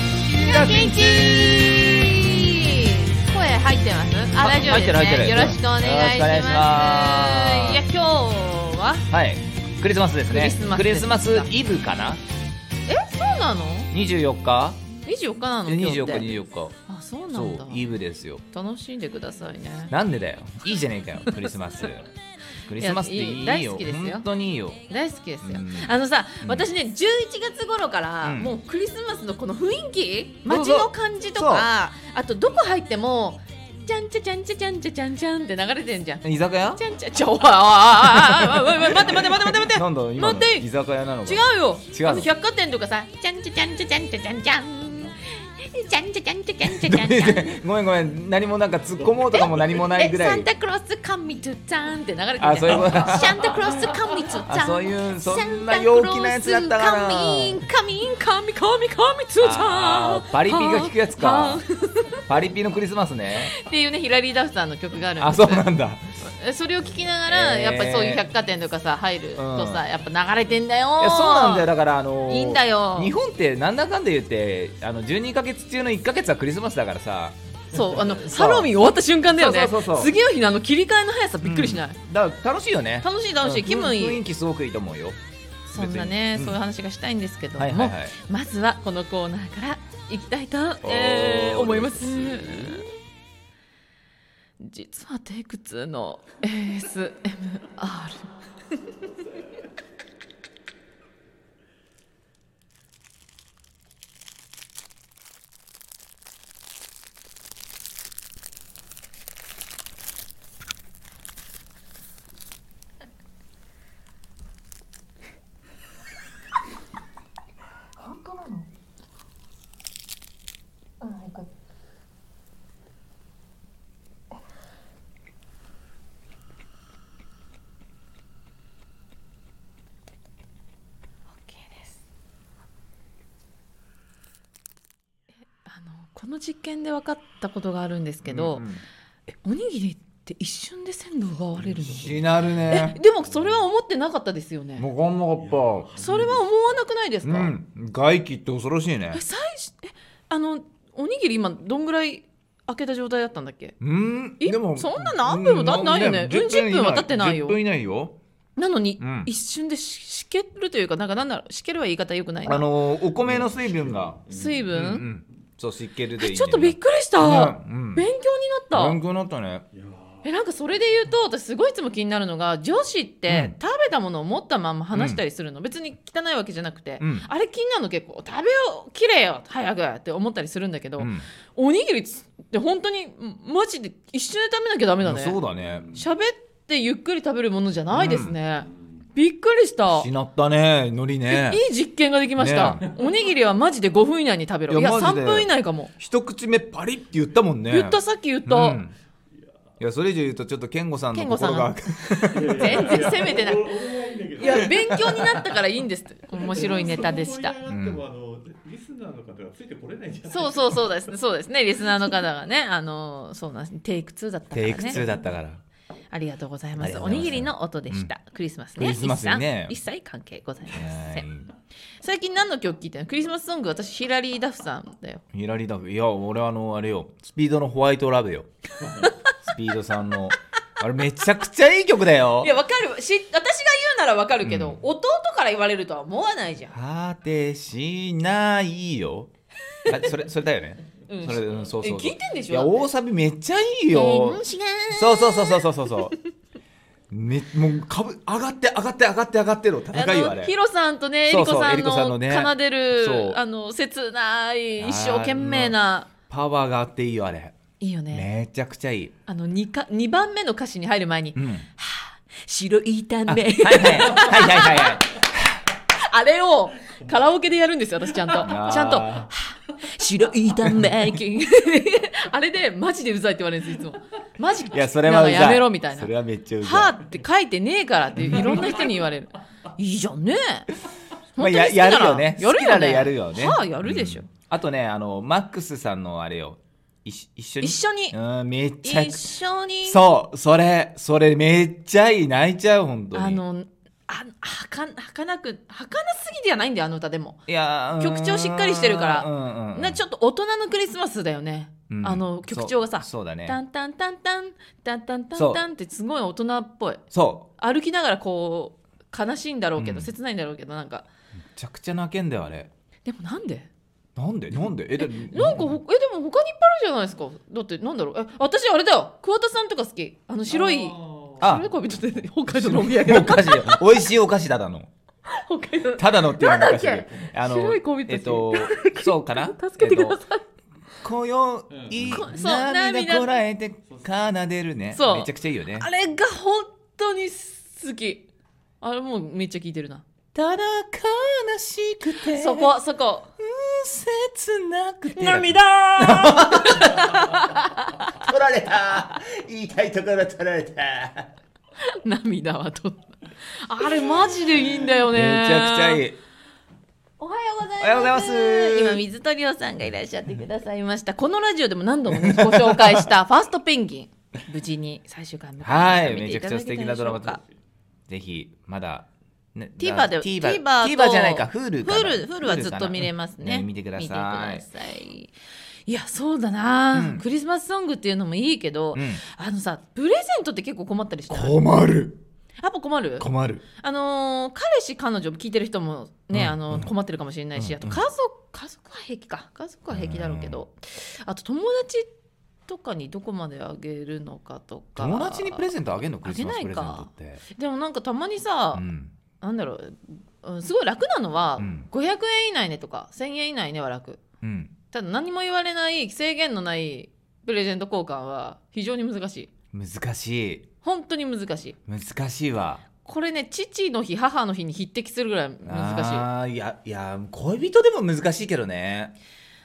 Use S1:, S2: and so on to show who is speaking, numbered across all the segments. S1: ンケンチ声入ってますあ、
S2: は
S1: 大丈夫です
S2: 入ってる入って
S1: ね。
S2: る
S1: よろしくお願いし
S2: よろしくお願いし
S1: ま。
S2: ますす
S1: いや、今日は
S2: はい。クリスマスですね。
S1: ク
S2: ク
S1: リ
S2: リ
S1: ス
S2: ス
S1: マ
S2: マ
S1: スです
S2: スイブかな
S1: え、そうなの
S2: ?24 日
S1: ?24 日なの今日
S2: ?24
S1: って
S2: 日、24日。
S1: あ、そうな
S2: そ
S1: んだ
S2: う、。イブですよ。
S1: 楽しんでくださいね。
S2: なんでだよ。いいじゃねえかよ、クリスマス。クリスマスっていい
S1: いやいい大好
S2: よ
S1: きで。すよ
S2: 本当にいいよ。
S1: 大好きですよ
S2: うん。
S1: あのさ、
S2: うん
S1: 私ね、11月頃から、
S2: うん
S1: もうクリスマスのこの雰囲気、
S2: そう
S1: 街
S2: そう
S1: の感じとか、あとどこ入っても、ちゃんちゃちゃんちゃちゃんちゃちゃんちゃんって流れてんじゃん。
S2: 居酒屋
S1: ちゃんちゃちゃ、おいおいおいおいおいおいおいおい待って待って待って待って
S2: なんだ、今
S1: 待
S2: の
S1: って
S2: 居酒屋なのか。
S1: 違うよ
S2: 違うの
S1: あの百貨店とかさちゃんちゃちゃんちゃちゃんちゃちゃんちゃんちゃんちゃちゃんちゃちゃんちゃちゃんちゃん
S2: ごめんごめん、何もなんか突っ込もうとかも何も ないぐら
S1: えサン
S2: い。
S1: タクロースカミトゥタンって流れてる
S2: あそういうこと
S1: サンタクロースカミトゥタン
S2: あそういうそんな陽気なやつだったかな
S1: サンタクロースカミンカミンカミンカミトゥタ
S2: あ
S1: ン
S2: ーパリピが聞くやつか
S1: はー。
S2: パリピのクリスマスね。
S1: っていうねヒラリー・ダフさんの曲があるんです
S2: あ、そうなんだ。
S1: えそれを聞きながら、
S2: えー
S1: やっぱりそういう百貨店とかさ入るとさ、
S2: うん
S1: やっぱ流れてんだよ
S2: いやそうなんだよだからあのー
S1: いいんだよ
S2: 日本ってなんだかんだ言ってあの12ヶ月中の1ヶ月はクリスマスだからさ
S1: そうあの
S2: そう
S1: ハロウィン終わった瞬間だよね
S2: そうそうそうそう
S1: 次の日のあの切り替えの速さびっくりしない、
S2: うんだから楽しいよね
S1: 楽しい楽しい気分いい
S2: うん雰囲気すごくいいと思うよ
S1: そんなね、
S2: 別にうん
S1: そういう話がしたいんですけども、
S2: はいはいはい
S1: まずはこのコーナーからいきたいと、えー
S2: おー
S1: 思います
S2: です
S1: 実はテイク2の ASMR
S3: 本当なのあよかった
S1: あのこの実験で分かったことがあるんですけど、
S2: うんうん
S1: えおにぎりって一瞬で鮮度奪われるの、
S2: 気になる
S1: え
S2: ね
S1: でもそれは思ってなかったですよね
S2: もうこんなかっ
S1: それは思わなくないです
S2: たう
S1: か、
S2: ん外気って恐ろしいね
S1: え最初えあのおにぎり今どんぐらい開けた状態だったんだっけ
S2: うん
S1: え
S2: でも
S1: そんな何分も経ってないよね
S2: う
S1: うん10分は経ってないよ
S2: 10分以内よ
S1: なのに、
S2: うん
S1: 一瞬でししけるというかなんかなんだろうしけるは言い方よくない
S2: あ
S1: な
S2: のお米の水分が
S1: 水分
S2: うんうんそう湿気るでいい
S1: え
S2: ね
S1: ちょっとびっくりした、
S2: うん
S1: 勉強にな
S2: 勉
S1: った
S2: 強になったね
S1: えなんかそれで言うと私すごいいつも気になるのが女子って
S2: う
S1: 食べたものを持ったまんま話したりするの、別に汚いわけじゃなくて、
S2: うん
S1: あれ気になるの結構食べようきれいよ早くって思ったりするんだけど、
S2: うん
S1: おにぎりって本当にマジで一瞬で食べなきゃダメだね
S2: そうだね
S1: 喋ってゆっくり食べるものじゃないですね、びっくりした
S2: しなったね海苔ね
S1: いい実験ができました、
S2: ね
S1: おにぎりはマジで5分以内に食べろい
S2: い
S1: や
S2: やマジで
S1: 3分以内かも、
S2: 一口目パリって言ったもんね
S1: 言ったさっき言った、
S2: うんいやそれ以上言うとちょっと健吾さんの
S1: 健吾さん
S2: 心 が
S1: 全然責めてないい
S4: い
S1: や勉強になったからいいんです面白いネタでした
S4: そこ盛り上がってもあのリスナーの方がついてこれないんじゃない
S1: そうそうそうですそうですねリスナーの方がねあのそうなんですテイク2だったから
S2: テ
S1: ね
S2: イク2だったから
S1: ありがとうございま
S2: あり
S1: す
S2: がと
S1: お
S2: うござい
S1: に
S2: ます
S1: ぎりの音でした、クリスマスね
S2: クリスマスにね
S1: 一切一切関係ございま
S2: は
S1: せん
S2: い
S1: 最近何の曲聴いてんのクリスマスソング私ヒラリー・ダフさんだよ
S2: ヒラリーダフいや俺あのあれよスピードのホワイトラブよ スピードさんのあれめちゃくちゃいい曲だよ
S1: いやわかるし私が言うならわかるけど、
S2: うん
S1: 弟から言われるとは思わないじゃん
S2: 果てしないよあそれそれだよね、
S1: うん
S2: それうんそうそうそう
S1: え聞いてんでしょ
S2: いや
S1: だって
S2: 大サビめっちゃいいよ、
S1: 違う
S2: そうそうそうそうそうそうそうめもうかぶ上がって上がって上がって上がっての戦いよあ
S1: あの
S2: れ
S1: ヒロさんとねえ
S2: そ
S1: り
S2: うそう
S1: こさ
S2: えりこさ
S1: ん
S2: ん
S1: の
S2: のね
S1: 奏で
S2: そう
S1: るあの切ない一生懸命な
S2: パワーがあっていいよあれ
S1: いいよね
S2: めちゃくちゃいい、
S1: あの 2, か2番目の歌詞に入る前に
S2: うん、はい
S1: 「白いた
S2: はい
S1: め
S2: はい」はいはいはい
S1: あれをカラオケでやるんですよ私ちゃんと
S2: ー
S1: ちゃんとはぁ「白いため」 あれでマジでうざいって言われるんですいつもマジ
S2: いやそれはうざい
S1: なんかやめろみたいな
S2: それはめっちゃうざい
S1: はあって書いてねえからっていろんな人に言われる。いいじゃんね。本
S2: まあ、
S1: 当に
S2: や
S1: 好きな
S2: や
S1: ら
S2: るよね
S1: や
S2: 好
S1: る
S2: き
S1: よ
S2: な
S1: ね。
S2: らやるよね
S1: はあ、やるでしょ。
S2: うんあとねあのマックスさんのあれよいし一緒に
S1: 一緒に
S2: うんめちゃく
S1: 一
S2: ち
S1: 緒
S2: ゃ
S1: に。
S2: そうそれそれめっちゃいい泣いちゃう本当に
S1: あの、あはかはかなくはかなすぎではないんだよあの歌でも、
S2: いやー
S1: 曲調しっかりしてるから
S2: うんうん
S1: なちょっと大人のクリスマスだよね、
S2: うん
S1: あの曲調がさ
S2: そうそうだね
S1: タンタンタンタンタンタンタンタンってすごい大人っぽい
S2: そ
S1: 歩きながらこう悲しいんだろうけど、
S2: うん
S1: 切ないんだろうけどなんか
S2: うめちゃくちゃ泣けんだよあれ
S1: でもなんで
S2: なんでなんでえだ
S1: なんかほえでも他にいっぱいあるじゃないですかだってなんだろうえ私あれだよ桑田さんとか好きあの白い
S4: あー
S2: あ
S1: 白い恋人って北海道のお土産
S2: お菓子よ美味しいお菓子ただの
S1: 北海道
S2: ただのっていうのがおかしい
S1: なんだっ
S2: あの
S1: 白い恋人
S2: えっと そうかな
S1: 助けてください、
S2: えっと今宵
S1: んそう
S2: 涙こらえて奏でるね
S1: そう
S2: めちゃくちゃいいよね
S1: あれが本当に好きあれもうめっちゃ聞いてるな
S2: ただ悲しくて
S1: そこそこ
S2: 切なくて
S1: 涙
S2: 取られた言いたいところ取られた
S1: 涙はと あれマジでいいんだよ
S2: め
S1: ね
S2: ちゃくちゃい
S1: い
S2: い
S1: おはようございます
S2: おはようございます
S1: 今水鳥郎さんがいらっしゃってくださいましたこのラジオでも何度もね、ご紹介した ファーストペンギン無事に最終回迎えました
S2: はい
S1: 見
S2: め
S1: て
S2: ちゃ
S1: い
S2: く
S1: た
S2: ちゃ
S1: だ
S2: 素
S1: けたで
S2: 敵な
S1: し
S2: ドラ
S1: ょう
S2: マ
S1: か
S2: ぜひまだ、ね、
S1: TVer で
S2: TVer,
S1: TVer と
S2: TVer じゃないか Hulu かな
S1: Hulu, Hulu はずっと見れますね
S2: うん見てくだ
S1: 見てくだ
S2: さい
S1: さいいやそうだな、
S2: うん
S1: クリスマスソングっていうのもいいけど、
S2: うん
S1: あのさプレゼントって結構困ったりしてない
S2: 困る
S1: やっぱ困る
S2: 困る
S1: あのー彼氏彼女聞いてる人もね、
S2: うん
S1: あの
S2: うん
S1: 困ってるかもしれないし、
S2: うん
S1: あと家族家族は平気か家族は平気だろうけど、あと友達とかにどこまであげるのかとか
S2: 友達にプレゼントあげんのクリスマス
S1: あげ
S2: プレ
S1: ない
S2: ゼン
S1: か
S2: トって
S1: でもなんかたまにさ、
S2: うん
S1: なんだろううんすごい楽なのは、
S2: うん
S1: 500円以内ねとか1000円以内ねは楽
S2: うん
S1: ただ何も言われない制限のないプレゼント交換は非常に難しい
S2: 難しい
S1: 本当に難しい
S2: 難しいわ
S1: これね父の日母の日に匹敵するぐらい難しい
S2: あーいやいや恋人でも難しいけどね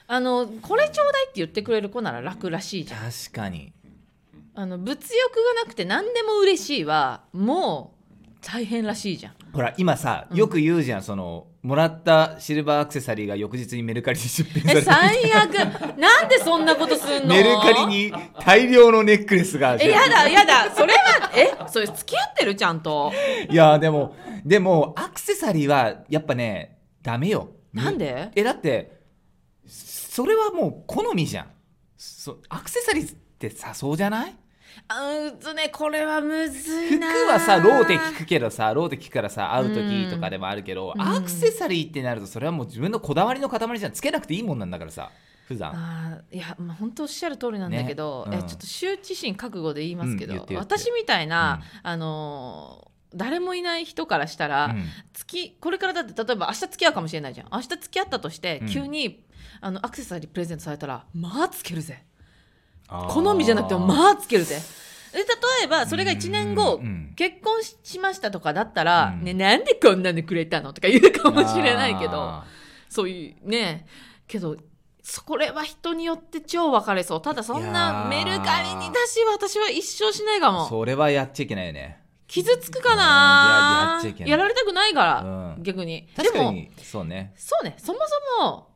S1: あのこれちょうだいって言ってくれる子なら楽らしいじゃん
S2: 確かに
S1: あの物欲がなくて何でも嬉しいはもう大変らしいじゃ ん
S2: ほら今さ
S1: うん
S2: よく言うじゃん、そのもらったシルバーアクセサリーが翌日にメルカリに出品され
S1: え
S2: て
S1: 最悪なんでそんなことすんの
S2: メルカリに大量のネックレスが
S1: えやだやだそれはえそれ付き合ってるちゃんと
S2: いやでもでもアクセサリーはやっぱねダメよ
S1: なん
S2: で
S1: で
S2: えだってそれはもう好みじゃんそアクセサリーってさそうじゃない
S1: あうんとねこれはむずい
S2: 服
S1: な
S2: はさローテ聞くけどさローテ聞くからさ会う
S1: うん
S2: 時とかでもあるけど、
S1: うん
S2: アクセサリーってなるとそれはもう自分のこだわりの塊じゃんつけなくていいもんなんだからさ普段
S1: あーいや、まあ、本当おっしゃる通りなんだけど、
S2: ねうん
S1: いやちょっと羞恥心覚悟で言いますけど、
S2: うん言って言って
S1: 私みたいな、あのー誰もいない人からしたら、
S2: うん
S1: 月これからだって例えば明日付き合うかもしれないじゃん明日付き合ったとして、
S2: うん
S1: 急にあのアクセサリープレゼントされたらまあつけるぜ
S2: あー
S1: 好みじゃなくてもまあつけるぜで例えばそれが1年後、
S2: うんうん
S1: 結婚ししましたとかだったら、
S2: うん
S1: ね、なんでこんなのくれたのとか言うかもしれないけど
S2: あ
S1: そういうねけどそこれは人によって超分かれそうただそんないメ
S2: やー
S1: ルカリに出しは私は一生しないか
S2: ー
S1: も
S2: それはやっちゃいけないよね
S1: 傷つくかな
S2: うんいややっちゃいけない
S1: やられたくないから、
S2: うん
S1: 逆に
S2: 確
S1: で
S2: か
S1: も
S2: にそうね、
S1: そうねそもそも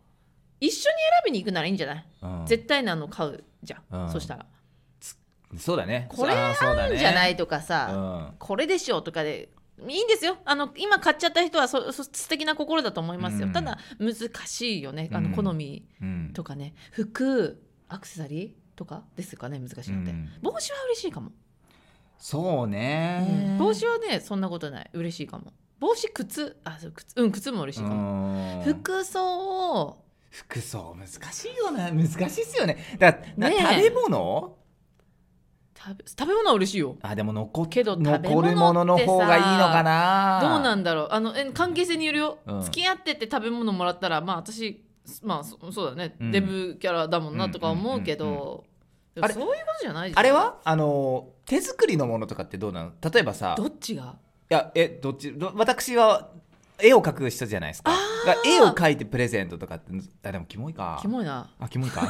S1: 一緒に選びに行くならいいんじゃない、
S2: うん、
S1: 絶対なの買うじゃん、
S2: うん
S1: そしたら
S2: そうだね
S1: これ
S2: あーそうだね
S1: じゃないとか
S2: う
S1: さ、
S2: ん
S1: これでしょとかでいいんですよあの今買っちゃった人はそそ素敵な心だと思いますよ、
S2: うん
S1: ただ難しいよねあの
S2: うん
S1: 好み
S2: うん
S1: とかね、服アクセサリーとかですかね難しいのって、
S2: うん
S1: 帽子は嬉しいかも、
S2: そうね、
S1: うん帽子はねそんなことない嬉しいかも帽子靴あそう靴うん靴も嬉しいかも、
S2: うん
S1: 服装を
S2: 服装難しいよな難しいっすよねだな
S1: ねえ
S2: 食べ物
S1: 食べ食べ物は嬉しいよ
S2: あでも残っ
S1: けど食べ物ってさ
S2: 残るものの方がいいのかな
S1: どうなんんだろうあのえ関係性によるよ、
S2: うん
S1: 付き合ってて食べ物もらったらまあ私まあそそうだね、
S2: うん
S1: デブキャラだもんなとか思うけど、
S2: うんうん
S1: でも
S2: あれ
S1: そういうことじゃないでしょ
S2: あれはあの手作りのものとかってどうなの例えばさ
S1: どっちが
S2: いやえどっちど私は絵を描く人じゃないですかだから絵を描いてプレゼントとかってあでもキモいか
S1: キモいな
S2: あキモいか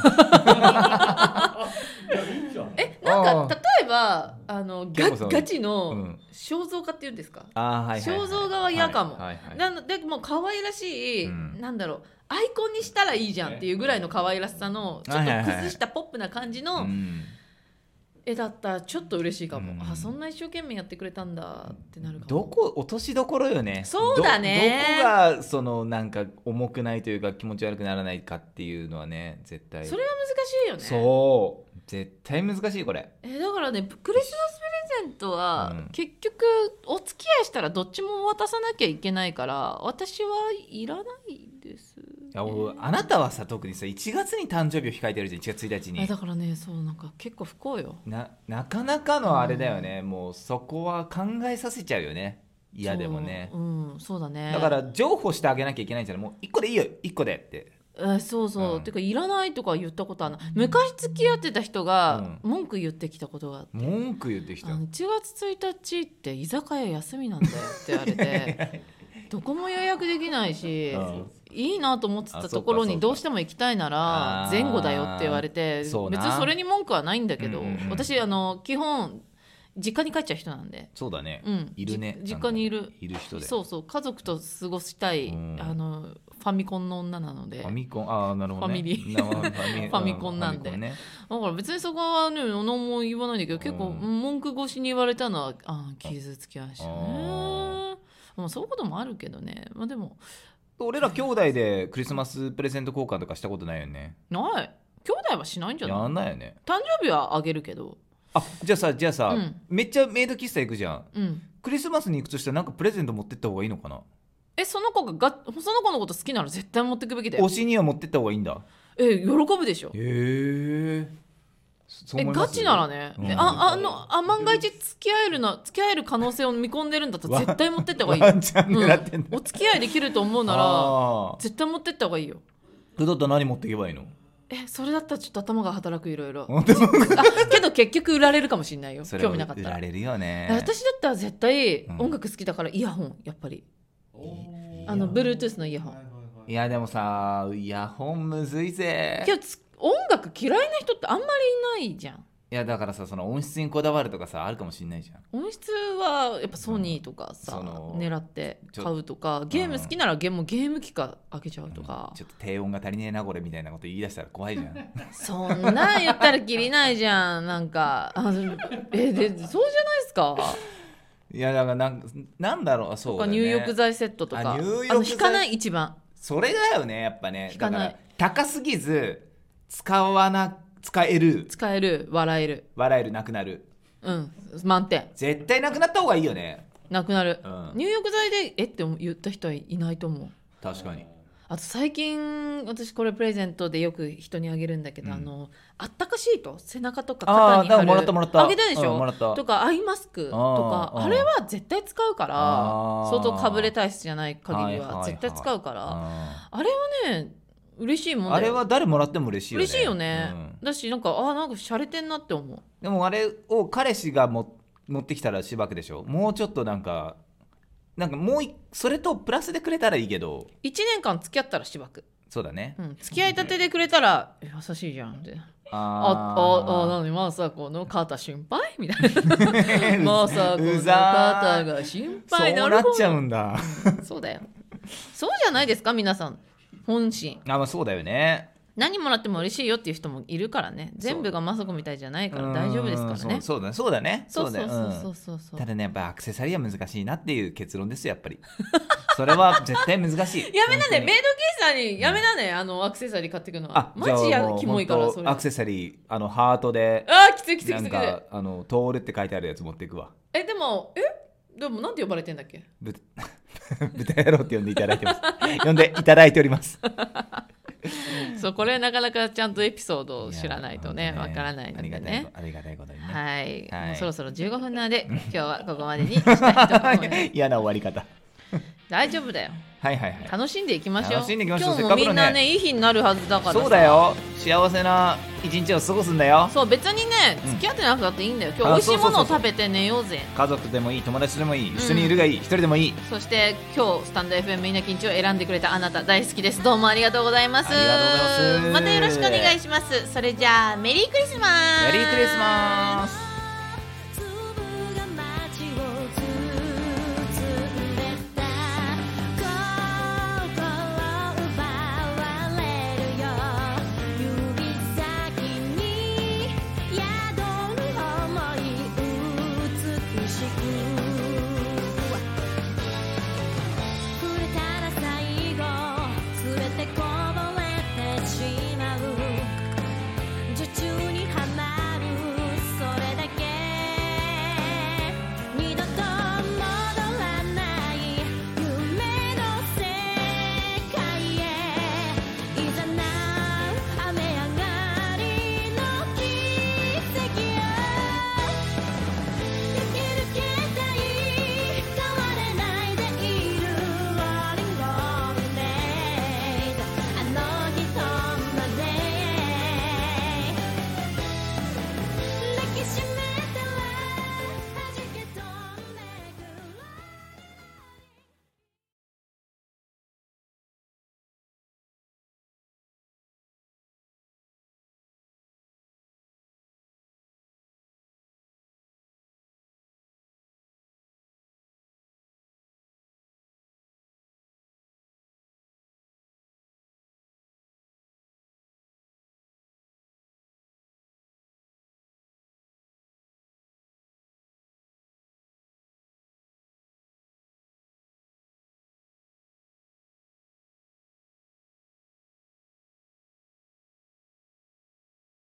S4: いやいいじゃん
S1: えなん
S2: あ
S1: か例えばあのガ
S2: 結構そう
S1: ガチ
S2: う
S1: の
S2: ん
S1: 肖像画っていうんですか、
S2: あーはいはい、は
S1: 肖
S2: い、
S1: 像画は嫌かも
S2: はいはいはい
S1: なのでもう可愛らしい、
S2: うん
S1: なんだろうアイコンにしたらいいじゃんっていうぐらいの可愛らしさのちょっと崩したポップな感じの、
S2: うん
S1: 絵だったらちょっと嬉しいかも、
S2: うん
S1: あそんな一生懸命やってくれたんだってなるかも
S2: どこ落としどころよね
S1: そうだね
S2: どどこがそのなんか重くないというか気持ち悪くならないかっていうのはね絶対
S1: それは難しいよね
S2: そう絶対難しいこれ
S1: えだからねクリスマスプレゼントは、
S2: うん
S1: 結局お付き合いしたらどっちも渡さなきゃいけないから私はいらないです、
S2: いや俺あなたはさ特にさ1月に誕生日を控えてるじゃん1月1日
S1: え
S2: に
S1: だからねそうなんか結構不幸よ
S2: ななかなかのあれだよね、もうそこは考えさせちゃうよね嫌でもね
S1: そううんそうだね
S2: だから譲歩してあげなきゃいけないんじゃないもう1個でいいよ1個でって
S1: えそうそう、
S2: うん
S1: てかいらないとか言ったことはない昔付き合ってた人が文句言ってきたことがあって、
S2: 文句言ってきた
S1: あ
S2: よ
S1: の1月1日って居酒屋休みなんだよって言われ てどこも予約できないし、
S2: うん
S1: いいなと思ってた
S2: あそうか
S1: ところ
S2: そう
S1: に
S2: か
S1: どうしても行きたいなら
S2: あー
S1: 前後だよって言われて別
S2: そうな
S1: にそれに文句はないんだけど、
S2: うんうんうん
S1: 私あの基本実家に帰っちゃう人なんで、
S2: そうだね、
S1: うん、
S2: いるね
S1: じ実家にい
S2: なん
S1: る
S2: かいる人で
S1: そうそう家族と過ごしたい、
S2: うん
S1: あのファミコンの女なので
S2: ファミコンああなるほど、ね、
S1: ファミリー
S2: なフ ァミ
S1: ファミコンなんで
S2: ファミコね
S1: だから別にそこはね何も言わないんだけど結構
S2: うん
S1: 文句越しに言われたのはあー傷つきましたね
S2: あ。
S1: まあそういうこともあるけどねまあでも
S2: 俺ら兄弟でクリスマスプレゼント交換とかしたことないよね
S1: ない兄弟はしないんじゃ
S2: や
S1: ない
S2: んないよね
S1: 誕生日はあげるけど
S2: あじゃあさじゃあさ、
S1: うん
S2: めっちゃメイド喫茶行くじゃん
S1: うん
S2: クリスマスに行くとしたらなんかプレゼント持ってった方がいいのかな
S1: えその子ががその子のこと好きなら絶対持ってくべきだよ
S2: 推しには持ってった方がいいんだ
S1: え喜ぶでしょ
S2: へえそう
S1: え
S2: 思いま
S1: ガ
S2: す
S1: チならね、
S2: うん
S1: えああのあ万が一付き合えるな付き合える可能性を見込んでるんだったら
S2: わ
S1: 絶対持ってった方がいい
S2: ワ ンちゃん
S1: うん
S2: 狙ってんだ、
S1: お付き合いできると思うなら
S2: あ
S1: 絶対持ってった方がいいよ
S2: あだったら何持っていけばいいの
S1: えそれだったらちょっと頭が働くいろいろ
S2: 本当
S1: あけど結局売られるかもしれないよ
S2: それ
S1: 興
S2: は
S1: 味なかっ
S2: 売
S1: たら
S2: られるよね
S1: 私だったら絶対
S2: うん
S1: 音楽好きだからイヤホンやっぱり
S4: おー
S1: あの Bluetooth のイヤホン
S4: はいはいはい
S2: いやでもさイヤホンむずいぜ
S1: けどつ音楽嫌いな人ってあんまりいないじゃん
S2: いやだからさその音質にこだわるとかさあるかもしんないじゃん
S1: 音質はやっぱソニーとかさ、
S2: その
S1: 狙って
S2: ちょ
S1: 買うとかゲーム好きならゲームゲーム機か開けちゃうとか、
S2: ちょっと低音が足りねえなこれみたいなこと言い出したら怖いじゃん
S1: そんなん言ったらきりないじゃんなんかあのえでそうじゃないですか
S2: いやだからなんかなんだろうそう
S1: と
S2: だ
S1: か
S2: ね
S1: 入浴剤セットとか
S2: あ
S1: あ
S2: 入浴剤
S1: の引かない一番
S2: それだよねやっぱね
S1: 引か
S2: だか
S1: ない
S2: ら高すぎず使わな使える
S1: 使える笑える
S2: 笑えるなくなる
S1: うん満点
S2: 絶対なくなった方がいいよね
S1: なくなる、
S2: うん
S1: 入浴剤でえって言った人はいないと思う
S2: 確かに
S1: あと最近私これプレゼントでよく人にあげるんだけど、
S2: うん
S1: あのあったかシート背中とか肩
S2: ああ
S1: に
S2: だか
S1: 貼る
S2: らもらったもらった
S1: あげたでし
S2: う
S1: ょ、
S2: んもらった
S1: とかアイマスクとか
S2: あー
S1: あれは絶対使うから
S2: あー
S1: 相当かぶれ体質じゃない限り
S2: はいはいは
S1: はい絶対使うから、
S2: あ
S1: あれはね嬉しいもん
S2: ー
S1: だよ
S2: あれは誰もらっても嬉しいよね
S1: 嬉しいよね、
S2: うん
S1: だしなんかあーなんか洒落てんなって思う
S2: でもあれを彼氏がも持ってきたらしばくでしょもうちょっとなんかなんかもういそれとプラスでくれたらいいけど
S1: 1年間付き合ったらしばく、
S2: そうだね、
S1: うん、付き合いたてでくれたら優しいじゃんってあああな
S2: あー
S1: のにまさこの肩心配みたい なまさこの
S2: うざ
S1: 肩
S2: ー
S1: が心
S2: そ
S1: 配
S2: う
S1: な
S2: な
S1: る
S2: っ
S1: ほど
S2: ちゃうんだ
S1: そうだよそうじゃないですか皆さん本心
S2: あまあそうだよね
S1: 何もらっても嬉しいよっていう人もいるからね全部がまさこみたいじゃないから大丈夫ですから
S2: う
S1: ね
S2: んそうそうだねそうだね
S1: そう
S2: だ
S1: そう
S2: よ
S1: そう
S2: うん
S1: そうそうそう
S2: ただねやっぱアクセサリーは難しいなっていう結論ですよやっぱり それは絶対難しい
S1: やめなね
S2: 本当
S1: メイ
S2: に
S1: ド喫茶にやめなねあのアクセサリー買ってくのは
S2: あ
S1: マジ
S2: じゃあ
S1: や
S2: もう
S1: キモいから
S2: 本当
S1: それ
S2: アクセサリーあのハートで
S1: あーきついきついき
S2: な
S1: つい
S2: ん
S1: きつい
S2: かあの通るって書いてあるやつ持っていくわ
S1: えでもえでもなんて呼ばれてんだっけ
S2: ぶ 豚野郎って呼んでいただいてます。 呼んでいただいており ます。
S1: そうこれなかなかちゃんとエピソードを知らないとね
S2: や
S1: わからないのでね。
S2: ありがたいことありがたい
S1: はい、
S2: はい
S1: もうそろそろ15分なので今日はここまでにしたいと思
S2: こ
S1: い
S2: と
S1: ま
S2: ね。
S1: す
S2: 嫌な終わり方。
S1: 大丈夫だよ
S2: はいはいはい。
S1: 楽しんでいきましょう
S2: 楽しんでいきましょう
S1: 今日
S2: せっかく
S1: も
S2: のね
S1: みんなねいい日になるはずだからさ
S2: そうだよ。幸せな一日を過ごすんだよ。
S1: そう別にね
S2: うん
S1: 付き合ってなくたっていいんだよ今日美
S2: あ
S1: 味し
S2: そ
S1: い
S2: うそ
S1: も
S2: うそうそ
S1: の
S2: う
S1: を食べて寝ようぜ
S2: 家族でもいい、友達でもいい、一緒にいるがいい、一人でもいい。
S1: そして今日スタンド FM みんな緊張を選んでくれたあなた大好きですどうもありがとうございます
S2: ありがとうございます
S1: またよろしくお願いしますそれじゃあメリークリスマス
S2: メリークリスマス。